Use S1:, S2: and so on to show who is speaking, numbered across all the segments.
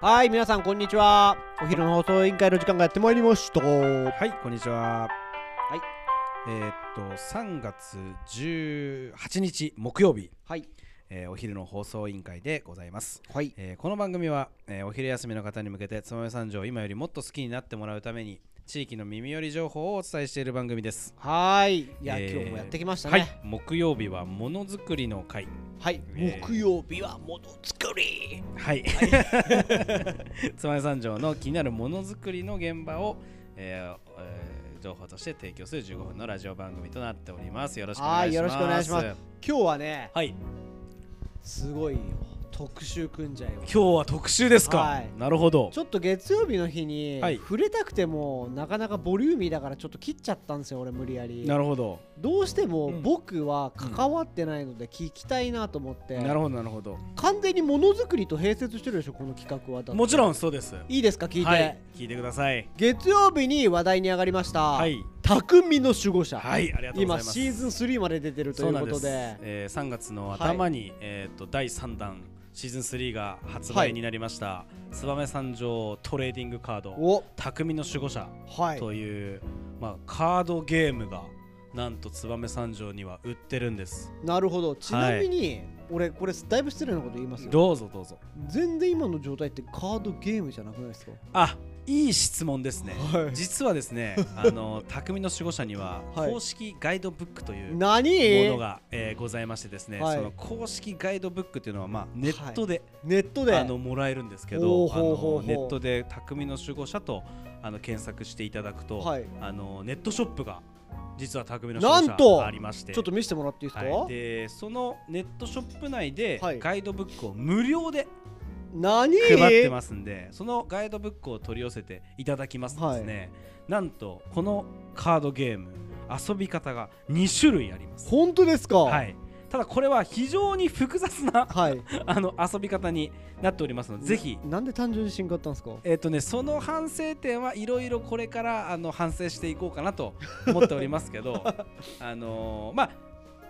S1: はい皆さんこんにちはお昼の放送委員会の時間がやってまいりましたは
S2: はい、こんにちは。
S1: い。
S2: えーっと、3月18日木曜日、
S1: い
S2: えーお昼の放送委員会でございます。
S1: はい
S2: えーこの番組は、えーお昼休みの方に向けて、つまめ三条を今よりもっと好きになってもらうために、地域の耳寄り情報をお伝えしている番組です。
S1: はーいいや、
S2: えー
S1: 今日もやってきました
S2: はい
S1: ね、
S2: 木曜日はものづくりの会。
S1: はい、
S2: えー
S1: 木曜日はものづくり
S2: はい。 つまめ三条の気になるものづくりの現場を、えーえー情報として提供する15分のラジオ番組となっております。よろしくお願
S1: は
S2: いします。
S1: いよろしくお願いします今日はね
S2: はい、
S1: すごいよ特集組んじゃいよ
S2: 今日は特集ですか。
S1: はい
S2: なるほど
S1: ち。ょっと月曜日の日に
S2: はい
S1: 触れたくてもなかなかボリューミーだからちょっと切っちゃったんですよ俺無理やり
S2: なるほど。
S1: どうしても
S2: うん
S1: 僕は関わってないので聞きたいなと思って、
S2: なるほど、なるほど。
S1: 完全にものづくりと併設してるでしょこの企画はだって
S2: もちろんそうです。
S1: いいですか聞いて、
S2: はい、聞いてください。
S1: 月曜日に話題に上がりました、
S2: はい、
S1: 匠の守護者、
S2: はい、ありがとうござい
S1: 今
S2: ます。
S1: シーズン3まで出てると
S2: そ
S1: いうう
S2: なん
S1: こ
S2: で
S1: と
S2: す。
S1: で
S2: えー、3月の頭に、えーっと第3弾シーズン3が発売になりました。燕三条トレーディングカード
S1: お
S2: 匠の守護者
S1: はい
S2: という、まあカードゲームがなんと燕三条には売ってるんです。
S1: なるほどちなみに、俺これだいぶ失礼なこと言いますよ
S2: どうぞどうぞ。
S1: 全然今の状態ってカードゲームじゃなくないですか
S2: あいい質問ですね、
S1: はい
S2: 実はで すねあの匠の守護者には
S1: はい
S2: 公式ガイドブックというも
S1: 何
S2: のが、えーございましてですね、
S1: はい
S2: その公式ガイドブックというのは、まあ、ネットで、
S1: ネットで
S2: あのもらえるんですけ
S1: ほ
S2: ど
S1: うほうほうほう
S2: あのネットで匠の守護者とあの検索していただくと、
S1: はい
S2: あのネットショップが実は匠の
S1: な
S2: 守
S1: ん
S2: 護
S1: と
S2: 者ありまして
S1: ちょっと見せてもらっていいですか、
S2: はい、でそのネットショップ内で
S1: はい
S2: ガイドブックを無料で
S1: 何
S2: 配ってますんでそのガイドブックを取り寄せていただきますとですね、なんとこのカードゲーム遊び方が2種類あります、
S1: 本当ですか
S2: は
S1: はい、
S2: い、ただこれは非常に複雑な
S1: はい、
S2: あの遊び方になっておりますの でぜひ
S1: なんで単純に死んがったんですか
S2: えっ、とねその反省点はいろいろこれからあの反省していこうかなと思っておりますけ どあのーまあ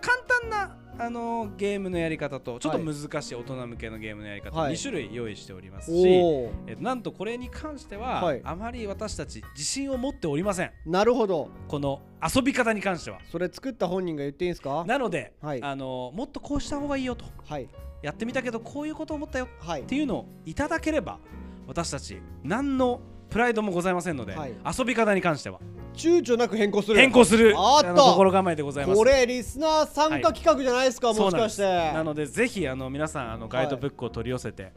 S2: 簡単なあのーゲームのやり方とちょっと難しい大人向けのゲームのやり方、
S1: はい
S2: 2種類用意しておりますし、
S1: おお
S2: えっとなんとこれに関しては、
S1: はい
S2: あまり私たち自信を持っておりません
S1: なるほど
S2: この遊び方に関しては
S1: それ作った本人が言っていいんですか
S2: なので、
S1: はい
S2: あのもっとこうした方がいいよと
S1: はい
S2: やってみたけどこういうこと思ったよ
S1: はい
S2: っていうのをいただければ私たち何のプライドもございませんので、
S1: はい
S2: 遊び方に関しては
S1: 躊躇なく変更する
S2: 変更する
S1: あっ
S2: あ
S1: た
S2: の心構えでございます
S1: これリスナー参加企画じゃないですか、
S2: そ
S1: も
S2: う
S1: し
S2: なんで
S1: か
S2: す
S1: して
S2: なのでぜひあの皆さんあのガイドブックを取り寄せて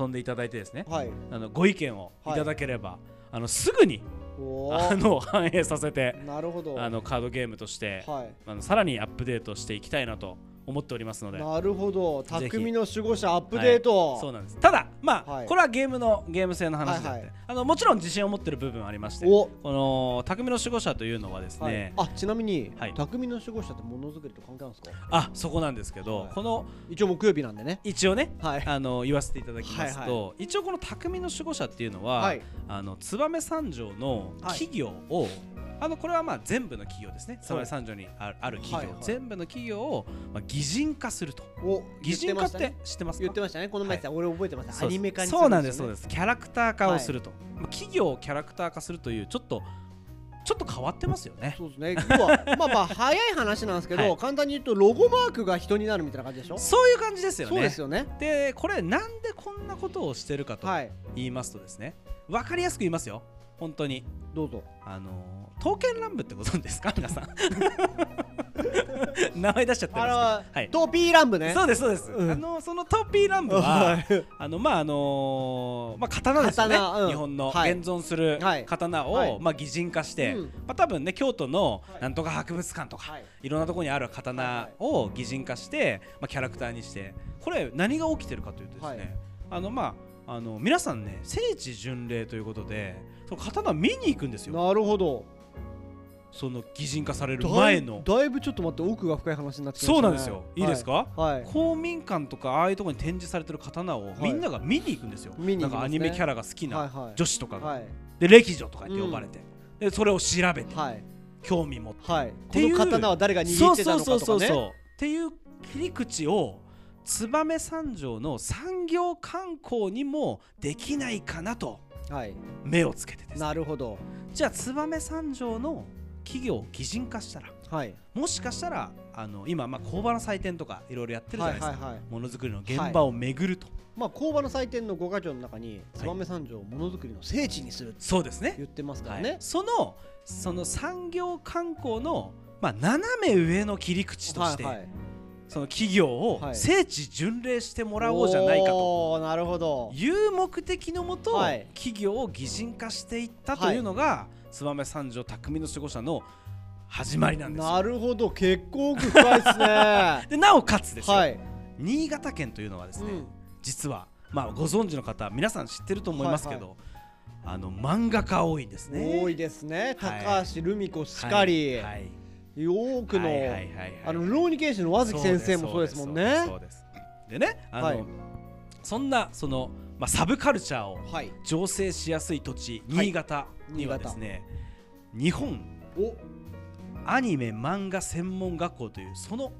S2: 遊んでいただいてですね、
S1: はい
S2: あのご意見をいただければ、あのすぐに
S1: お
S2: あ
S1: ー
S2: の反映させて
S1: なるほど
S2: あのカードゲームとして、
S1: はい
S2: あのさらにアップデートしていきたいなと思っておりますので。
S1: なるほど
S2: ぜひ
S1: 匠の守護者アップデート、
S2: そうなんですただまあ、
S1: はい
S2: これはゲームのゲーム性の話であっ
S1: は
S2: て、
S1: いはい
S2: あのもちろん自信を持ってる部分はありまして
S1: お
S2: この匠の守護者というのはです
S1: はい
S2: ね、
S1: あちなみに、
S2: はい
S1: 匠の守護者ってものづくりと関係あるんですか
S2: あそこなんですけど、
S1: はい
S2: この
S1: 一応木曜日なんでね
S2: 一応ね
S1: はい
S2: あの言わせていただきますと、
S1: はい
S2: 一応この匠の守護者っていうのは、
S1: はい
S2: あの燕三条の企業を、あのこれはまあ全部の企業ですね燕三条にあるある企業、
S1: はいはい
S2: 全部の企業を、まあ、擬人化すると
S1: お
S2: 擬人化
S1: 言
S2: っ
S1: って
S2: て知ってますか
S1: 言ってましたねこの前さ、俺覚えてました
S2: そう
S1: アニメ化に
S2: そうなんですそうですすキャラクター化をすると、まあ企業をキャラクター化するというちょっとちょっと変わってますよね
S1: よねそうですね要は まあまあ早い話なんですけど、
S2: はい
S1: 簡単に言うとロゴマークが人になるみたいな感じでしょ
S2: そういう感じですよね
S1: そうですよね
S2: でこれなんでこんなことをしてるかと
S1: はい
S2: 言いますとですねわかりやすく言いますよ本当に
S1: どうぞ
S2: あのー刀剣乱舞ってご存知で すか皆さん 名前出しちゃってるんですけど
S1: あの
S2: はい
S1: トピーランブね
S2: そうですそうです、
S1: うん
S2: あのそのトッピーランブは
S1: はい
S2: あのまああのーまあ刀ですよね、
S1: 刀うん
S2: 日本の現
S1: はい
S2: 存する
S1: はい
S2: 刀を、
S1: はい
S2: まあ擬人化して、
S1: うん
S2: まあ多分ね京都の
S1: はい
S2: なんとか博物館とか、
S1: はい
S2: い、ろんなところにある刀を擬人化して、まあキャラクターにして、これ何が起きてるかというとですね、
S1: はい
S2: あのまああの皆さんね聖地巡礼ということで、その刀見に行くんですよ。
S1: なるほど
S2: その擬人化される前の、
S1: だいだいぶちょっと待って奥が深い話になってきましたね
S2: そうなんですよ。いいですか？
S1: はい、はい
S2: 公民館とかああいうところに展示されてる刀をみんなが見に行くんですよ、
S1: 見に行きますね
S2: なんかアニメキャラが好き
S1: はい
S2: な
S1: はい
S2: 女子とかが、
S1: はい
S2: で歴女とかって呼ばれて、でそれを調べて、
S1: はい
S2: 興味持って、
S1: はい
S2: て
S1: こ
S2: いう
S1: の刀は誰が握
S2: そ
S1: っ
S2: う
S1: て
S2: そ
S1: た
S2: う
S1: の
S2: そう
S1: か
S2: そ
S1: と
S2: う
S1: か
S2: そう
S1: ね
S2: っていう切り口を燕三条の産業観光にもできないかなと
S1: はい
S2: 目をつけてですね
S1: なるほど
S2: じゃあ燕三条の企業を擬人化したら
S1: はい
S2: もしかしたらあの今、まあ、工場の祭典とかいろいろやってるじ
S1: は
S2: ゃない
S1: い
S2: ですか、
S1: はいはい
S2: ものづくりの現場を巡ると、
S1: まあ工場の祭典の五箇条の中に燕三条をものづくりの聖地にするって
S2: そうですね
S1: 言ってますから
S2: はい
S1: ね
S2: そのその産業観光の、まあ、斜め上の切り口として、
S1: はいはい
S2: その企業を
S1: はい
S2: 聖地巡礼してもらおうじゃないかと
S1: おーなるほど
S2: いう目的のもと、
S1: はい
S2: 企業を擬人化していったというのが燕三条匠の守護者の始まりなんですよ
S1: なるほど結構奥深 いですねは
S2: でなおかつですよ、
S1: い
S2: 新潟県というのはですね、
S1: うん
S2: 実は、まあ、ご存知の方皆さん知ってると思いますけど、あの漫画家多いですね。
S1: 多いですね
S2: はい
S1: 高橋留美子しかり
S2: はいはい
S1: 多くの
S2: はいはいはいはい
S1: あの浪人剣士の和月先生もそうですもんね
S2: そうですそうですでねあの、
S1: はい
S2: そんなその、まあ、サブカルチャーを
S1: はい
S2: 醸成しやすい土地
S1: はい
S2: 新潟にはですね、日本
S1: お
S2: アニメ漫画専門学校というその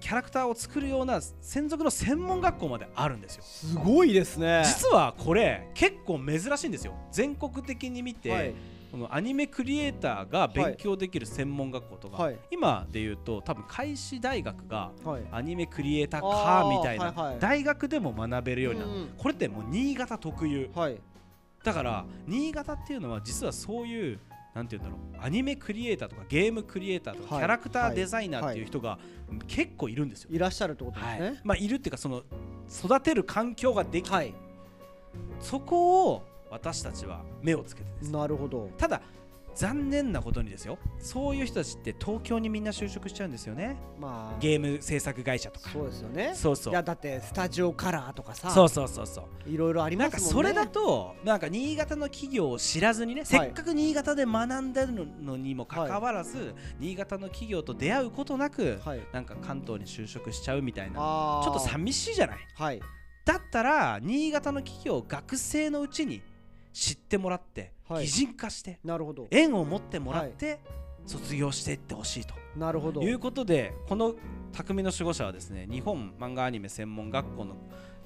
S2: キャラクターを作るような専属の専門学校まであるんですよ。
S1: すごいですね
S2: 実はこれ結構珍しいんですよ全国的に見て、
S1: はい
S2: このアニメクリエイターが勉強できる専門学校とか、
S1: はい
S2: 今で言うと多分開志大学が
S1: はい
S2: アニメクリエイターか
S1: あー
S2: みたいな、
S1: はいはい
S2: 大学でも学べるようになる、
S1: うんうん
S2: これってもう新潟特有
S1: はい
S2: だから新潟っていうのは実はそういうなんて言うんだろうアニメクリエイターとかゲームクリエイターとか、
S1: はい
S2: キャラクターデザイナーっていう人が結構いるんですよ。
S1: いらっしゃるってことで
S2: は
S1: す
S2: い
S1: ね
S2: まあ、いるっていうかその育てる環境ができ
S1: はい
S2: そこを私たちは目をつけてですね
S1: なるほど
S2: ただ残念なことにですよそういう人たちって東京にみんな就職しちゃうんですよね
S1: まあ
S2: ゲーム制作会社とか
S1: そうですよね
S2: そうそう
S1: いやだってスタジオカラーとかさ
S2: そうそうそうそう
S1: いろいろあり
S2: なん
S1: ま
S2: か
S1: すも
S2: そ
S1: んね
S2: れだとなんか新潟の企業を知らずにね、せっかく新潟で学んでるのにもかかわらず、新潟の企業と出会うことなく、
S1: はい
S2: なんか関東に就職しちゃうみたいな
S1: あー
S2: ちょっと寂しいじゃない
S1: はい
S2: だったら新潟の企業を学生のうちに知ってもらって、
S1: はい
S2: 擬人化して
S1: なるほど
S2: 縁を持ってもらって、卒業していってほしいと
S1: なるほど
S2: いうことでこの匠の守護者はですね日本漫画アニメ専門学校の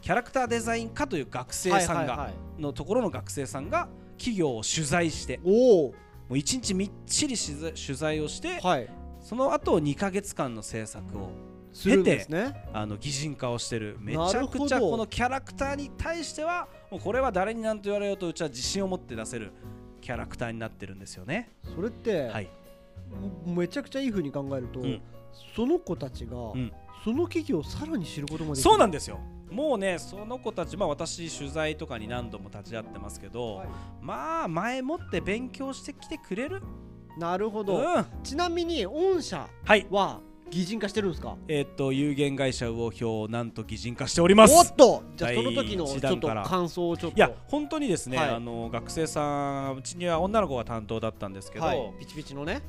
S2: キャラクターデザイン科という学生さんが、
S1: はいはいはい
S2: のところの学生さんが企業を取材しても
S1: おお
S2: う一日みっちり取材取材をして、
S1: はい
S2: その後2ヶ月間の制作を
S1: するんですね
S2: あの擬人化をしてるめち
S1: な
S2: ゃ
S1: る
S2: く
S1: ほ
S2: ちゃ
S1: ど
S2: このキャラクターに対してはもうこれは誰に何と言われようとうちは自信を持って出せるキャラクターになってるんですよね。
S1: それって、
S2: はい、
S1: めちゃくちゃいいふうに考えると、
S2: うん
S1: その子たちが、
S2: ん
S1: その企業をさらに知ることもできる
S2: そうなんんですよもうねその子たちまあ私取材とかに何度も立ち会ってますけど、
S1: はい
S2: まあ前もって勉強してきてくれる
S1: なるほど、
S2: うん
S1: ちなみに御社
S2: はい
S1: は擬人化してるんですか
S2: えっ、と有限会社魚表をなんと擬人化しておりま
S1: お
S2: す
S1: っとじゃあ
S2: 第
S1: その時の
S2: 一
S1: ちょ
S2: 弾
S1: っと
S2: から
S1: 感想をちょっと
S2: いや本当にですね、
S1: はい
S2: あの学生さんうちには女の子が担当だったんですけど、
S1: はい、ピチピチのね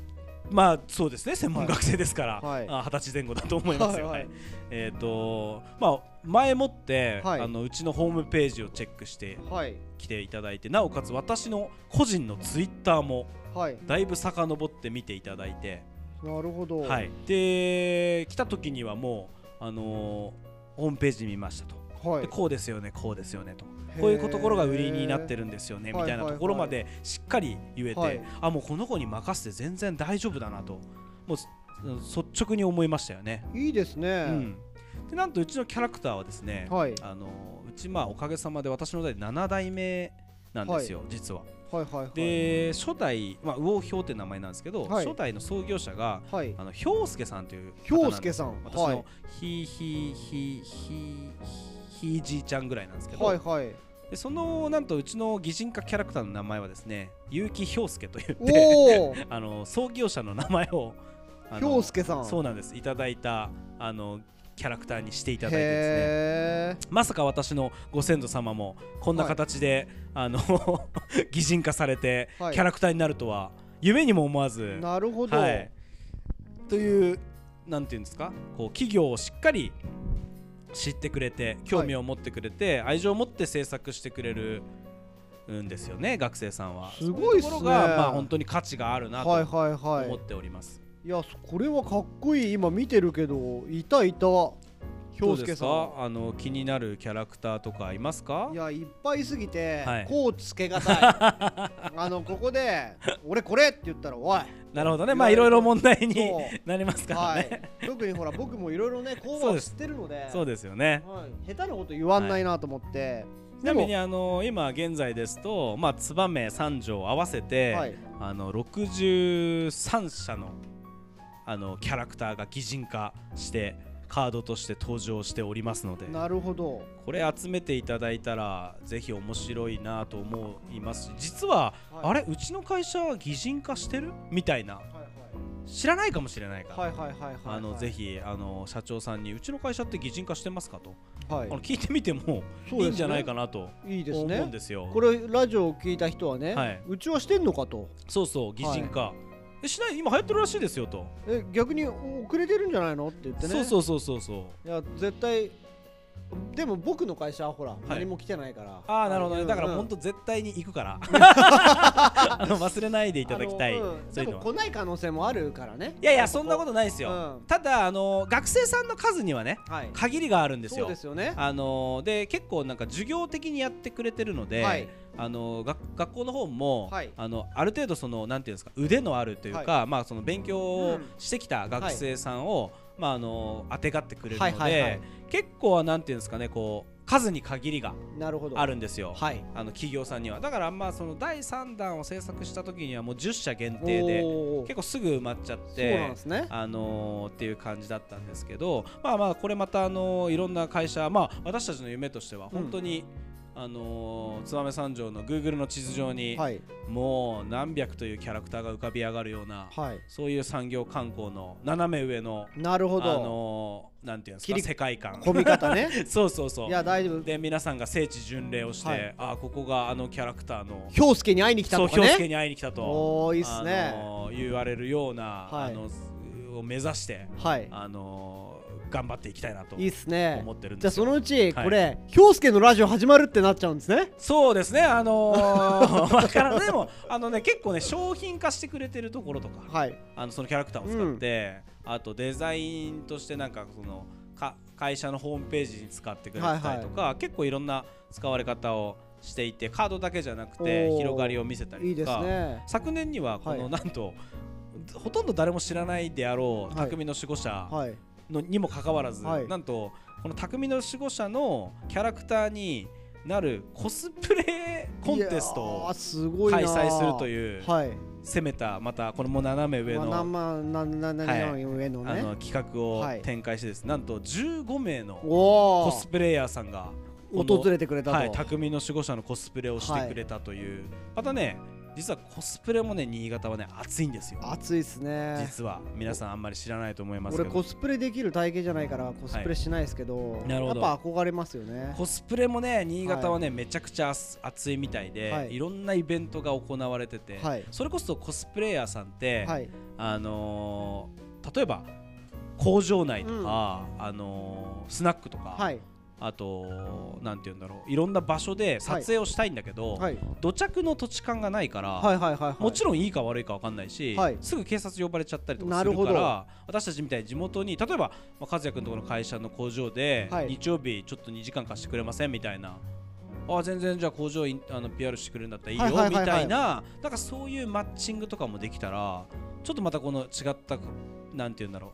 S2: まあそうですね専門学生ですから、
S1: はい
S2: あ二十歳前後だと思いますよ、
S1: は
S2: はいい
S1: はい
S2: えっ、とまあ前もって、
S1: はい
S2: あのうちのホームページをチェックして
S1: はい
S2: 来ていただいてなおかつ私の個人のツイッターも
S1: はい
S2: だいぶ遡って見ていただいて、
S1: なるほど
S2: はい、で来た時にはもう、あのーホームページ見ましたと、
S1: はい
S2: でこうですよねこうですよねと
S1: へー
S2: こういうところが売りになってるんですよね
S1: へー
S2: みたいなところまでしっかり言えて、
S1: はい
S2: あもうこの子に任せて全然大丈夫だなともうす率直に思いましたよね。
S1: いいです
S2: う
S1: ね、
S2: ん、でなんとうちのキャラクターはですね、
S1: はい
S2: あのーうちまあおかげさまで私の代で7代目なんですよ、実は。
S1: はいはいはい
S2: で、初代、まあ、魚氷って名前なんですけど、
S1: はい
S2: 初代の創業者が
S1: はい
S2: あの氷介さんという方
S1: 京
S2: なんです
S1: 介さん
S2: 私
S1: はい
S2: のひいひいひいひいひいじいちゃんぐらいなんですけど、
S1: はいはい
S2: でそのなんとうちの擬人化キャラクターの名前はですね結城氷介と言って
S1: おお
S2: あの創業者の名前をあの
S1: 京介さん
S2: そう
S1: う
S2: なんですいただいたあのキャラクターにしていただいてですね
S1: へ
S2: まさか私のご先祖様もこんな形で、あの 擬人化されて
S1: はい
S2: キャラクターになるとは夢にも思わず、
S1: えなるほど、
S2: はい、というなんていうんですかこう企業をしっかり知ってくれて興味を持ってくれて、愛情を持って制作してくれるんですよね学生さんは
S1: すごいっすね
S2: そううところが、まあ、本当に価値があるなと
S1: はいはいは
S2: 思っ
S1: い
S2: ております、
S1: いやそこれはかっこいい今見てるけどいたいた
S2: どう
S1: 氷
S2: で
S1: 介
S2: す
S1: さ
S2: か
S1: ん
S2: あの気になるキャラクターとかいますか
S1: いやいっぱいすぎて、
S2: はい
S1: こうつけが たいあのここで「俺これ!」って言ったら「 おい!
S2: なるほどねまあいろいろ問題に
S1: そ
S2: なります」から
S1: は
S2: ね、
S1: い、特にほら僕もいろいろねこう
S2: そう
S1: は
S2: で
S1: 知
S2: す
S1: ってるので
S2: そうですよね
S1: はい、下手なこと言わんないなと思って、
S2: ちなみにあの今現在ですとまあ燕三条合わせて、
S1: はい
S2: あの63社のあのキャラクターが擬人化してカードとして登場しておりますので
S1: なるほど
S2: これ集めていただいたらぜひ面白いなと思いますし実は、
S1: はい
S2: あれうちの会社は擬人化してるみたいな知らないかもしれないから、
S1: はいはいはいはいはいはい
S2: あのぜ、ひあの社長さんにうちの会社って擬人化してますかと、
S1: はい
S2: あの聞いてみても
S1: そうですね
S2: いいんじゃないかなと
S1: いいです
S2: 思
S1: ね
S2: うんですよ
S1: これラジオを聞いた人はね、
S2: はいう
S1: ちはしてんのかと
S2: そうそう擬人化、えしない今流行ってるらしいですよと、
S1: え逆に遅れてるんじゃないのって言ってね
S2: そうそうそうそうそう
S1: いや絶対でも僕の会社はほら、
S2: い
S1: 何も来てないから
S2: ああなるほどねだから
S1: うんうん
S2: 本当絶対に行くから あの忘れないでいただきたい、
S1: あのうん
S2: そうい
S1: で
S2: うの
S1: も
S2: は
S1: 来ない可能性もあるからね
S2: いやいやそんなことないですよ、
S1: うん
S2: ただあの学生さんの数にはね
S1: はい
S2: 限りがあるんです
S1: そう
S2: よ
S1: ですよね
S2: あので結構なんか授業的にやってくれてるので、
S1: はい
S2: あの学学校の方も、
S1: はい
S2: あのある程度そのなんていうんですか腕のあるというか、まあその勉強
S1: う
S2: を
S1: ん
S2: してきた学生さんを、まああの当てがってくれるので、
S1: はいはいはい
S2: 結構はなんていうんですかねこう数に限りが
S1: なるほど
S2: あるんですよ。
S1: はい
S2: あの企業さんにはだからまあその第3弾を制作した時にはもう10社限定で
S1: おー
S2: 結構すぐ埋まっちゃっ
S1: そうなん
S2: て
S1: ですね
S2: あのーっていう感じだったんですけどまあまあこれまたあのーいろんな会社まあ私たちの夢としては本当に、あのー燕三条の Google の地図上に、
S1: はい
S2: もう何百というキャラクターが浮かび上がるような、
S1: はい
S2: そういう産業観光の斜め上の
S1: なる
S2: あ
S1: ほど
S2: のーなんていうんです
S1: 切
S2: か
S1: り
S2: 世界観
S1: 込み方ね
S2: そうそうそう
S1: いや大丈夫
S2: で皆さんが聖地巡礼をして、
S1: はい
S2: あここがあのキャラクターの
S1: 氷介に会いに来た
S2: そう
S1: とか
S2: 氷介
S1: ね
S2: に会いに来たと
S1: おーいいっす
S2: あ
S1: ね
S2: の言われるような、
S1: はい
S2: あのすを目指して、
S1: はい
S2: あの頑張っていきたいなと
S1: いいっすね
S2: 思ってるん
S1: じゃ
S2: で
S1: あ
S2: すよ
S1: そのうち
S2: はい
S1: これ氷介のラジオ始まるってなっちゃうんですね
S2: そうですねあのー、 わからんでもあのね結構ね商品化してくれてるところとか、
S1: はい
S2: あのそのキャラクターを使って、あとデザインとしてなんかそのか会社のホームページに使ってくれてたりとか、結構いろんな使われ方をしていてカードだけじゃなくて
S1: おー
S2: 広がりを見せた
S1: い
S2: り
S1: い
S2: と
S1: です
S2: か
S1: ね
S2: 昨年にはこの、
S1: はい
S2: なんとほとんど誰も知らないであろう
S1: はい
S2: 匠の守護者
S1: はい
S2: の、にもかかわらず、
S1: はい
S2: なんとこの匠の守護者のキャラクターになるコスプレコンテスト
S1: いやー
S2: を
S1: すごいな
S2: 開催するという
S1: はい
S2: 攻めたまたこれも斜め上
S1: まあ
S2: の
S1: 何万何何
S2: はい
S1: 何上の
S2: あ
S1: ね
S2: の企画を
S1: はい
S2: 展開してですね、なんと15名の
S1: お
S2: コ
S1: お
S2: スプレイヤーさんがこの
S1: 訪れてくれたと
S2: はい、匠の守護者のコスプレをしてくれたという、またね実はコスプレもね新潟はね熱いんですよ
S1: 暑いっすね
S2: 実は皆さんあんまり知らないと思いますけ
S1: 俺
S2: ど
S1: コ
S2: コス
S1: スプレできる体型じゃないからコスプレしないですけど
S2: いなる
S1: や
S2: ほ
S1: っ
S2: ど
S1: ぱ憧れますよね
S2: プレもね新潟はね、めちゃくちゃ熱熱いみたいで、
S1: はい
S2: い、ろんなイベントが行われてて、
S1: はい
S2: それこそコスプレイヤーさんって、
S1: はい
S2: あのー例えば工場内とか、あのースナックとか、
S1: はい
S2: あとなんて言うんだろういろんな場所で撮影をしたいんだけど、
S1: はい
S2: 土着の土地勘がないから、
S1: はいはいはい
S2: もちろんいいか悪いか分かんないし、
S1: はい
S2: すぐ警察呼ばれちゃったりとか
S1: な
S2: す
S1: る
S2: る
S1: ほど
S2: から私たちみたいに地元に例えば、まあ、和也君のところの会社の工場で、
S1: はい
S2: 日曜日ちょっと2時間貸してくれませんみたいな。あ全然じゃあ工場インあの PR してくれるんだったらいいよ、
S1: はいはいはいはい
S2: みたいななんかそういうマッチングとかもできたらちょっとまたこの違ったなんて言うんだろ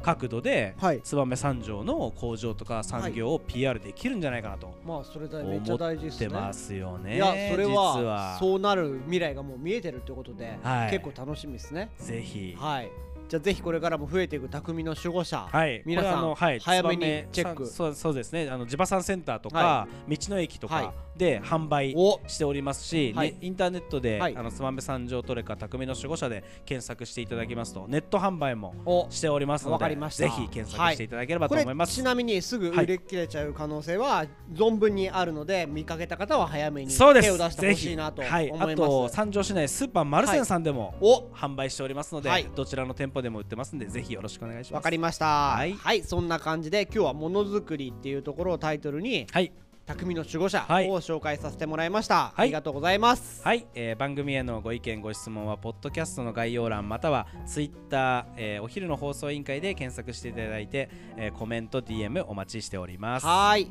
S2: う角度で、
S1: はい
S2: 燕三条の工場とか産業を PR できるんじゃないかなと
S1: まあそれだめっち
S2: 思
S1: ゃ大事で
S2: っ
S1: すね
S2: てますよね。
S1: いやそれは
S2: 実は
S1: そうなる未来がもう見えてるってことで、
S2: はい
S1: 結構楽しみですね
S2: ぜひ
S1: はいじゃあぜひこれからも増えていく匠の守護者、
S2: はい、
S1: 皆
S2: これ
S1: さ
S2: あ
S1: ん、
S2: のはい、
S1: 早め
S2: 燕
S1: に
S2: さん
S1: チェック
S2: そうそうですねあの地場産センターとか、
S1: は
S2: 道の駅と
S1: は
S2: かで販売
S1: お
S2: しておりますし、
S1: はい
S2: ねインターネットで、
S1: はい
S2: あの燕三条トレカ匠の守護者で検索していただきますとネット販売も
S1: お
S2: しておりますの
S1: わか
S2: で
S1: りました
S2: ぜひ検索していただければ
S1: ことれ
S2: 思います、
S1: ちなみにすぐ売り切れちゃう可能性は存分にあるので見かけた方は早めに手
S2: そ
S1: を
S2: うで
S1: 出
S2: す
S1: してほしいなと思
S2: はいい、
S1: ます、
S2: あと三条市内スーパーマルセンさんでも、
S1: お
S2: 販売しておりますので、
S1: はい
S2: どちらの店舗でも売ってますんでぜひよろしくお願いします
S1: わかり
S2: ま
S1: ましたは、
S2: はいい
S1: そんな感じで今日はものづくりっていうところをタイトルに
S2: はい
S1: 匠の守護者を
S2: はい
S1: 紹介させてもらいました、
S2: い
S1: ありがとうございます
S2: はい、えー番組へのご意見ご質問はポッドキャストの概要欄またはツイッター、えーお昼の放送委員会で検索していただいて、えーコメント DM お待ちしております
S1: はーい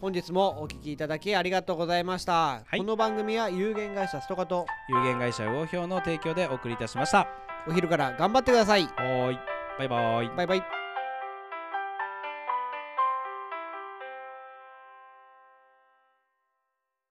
S1: 本日もお聞きいただきありがとうございました、
S2: はい
S1: この番組は有限会社ストカと
S2: 有限会社魚評の提供でお送りいたしました
S1: お昼から頑張ってください
S2: はーいバイバイ
S1: バイバイ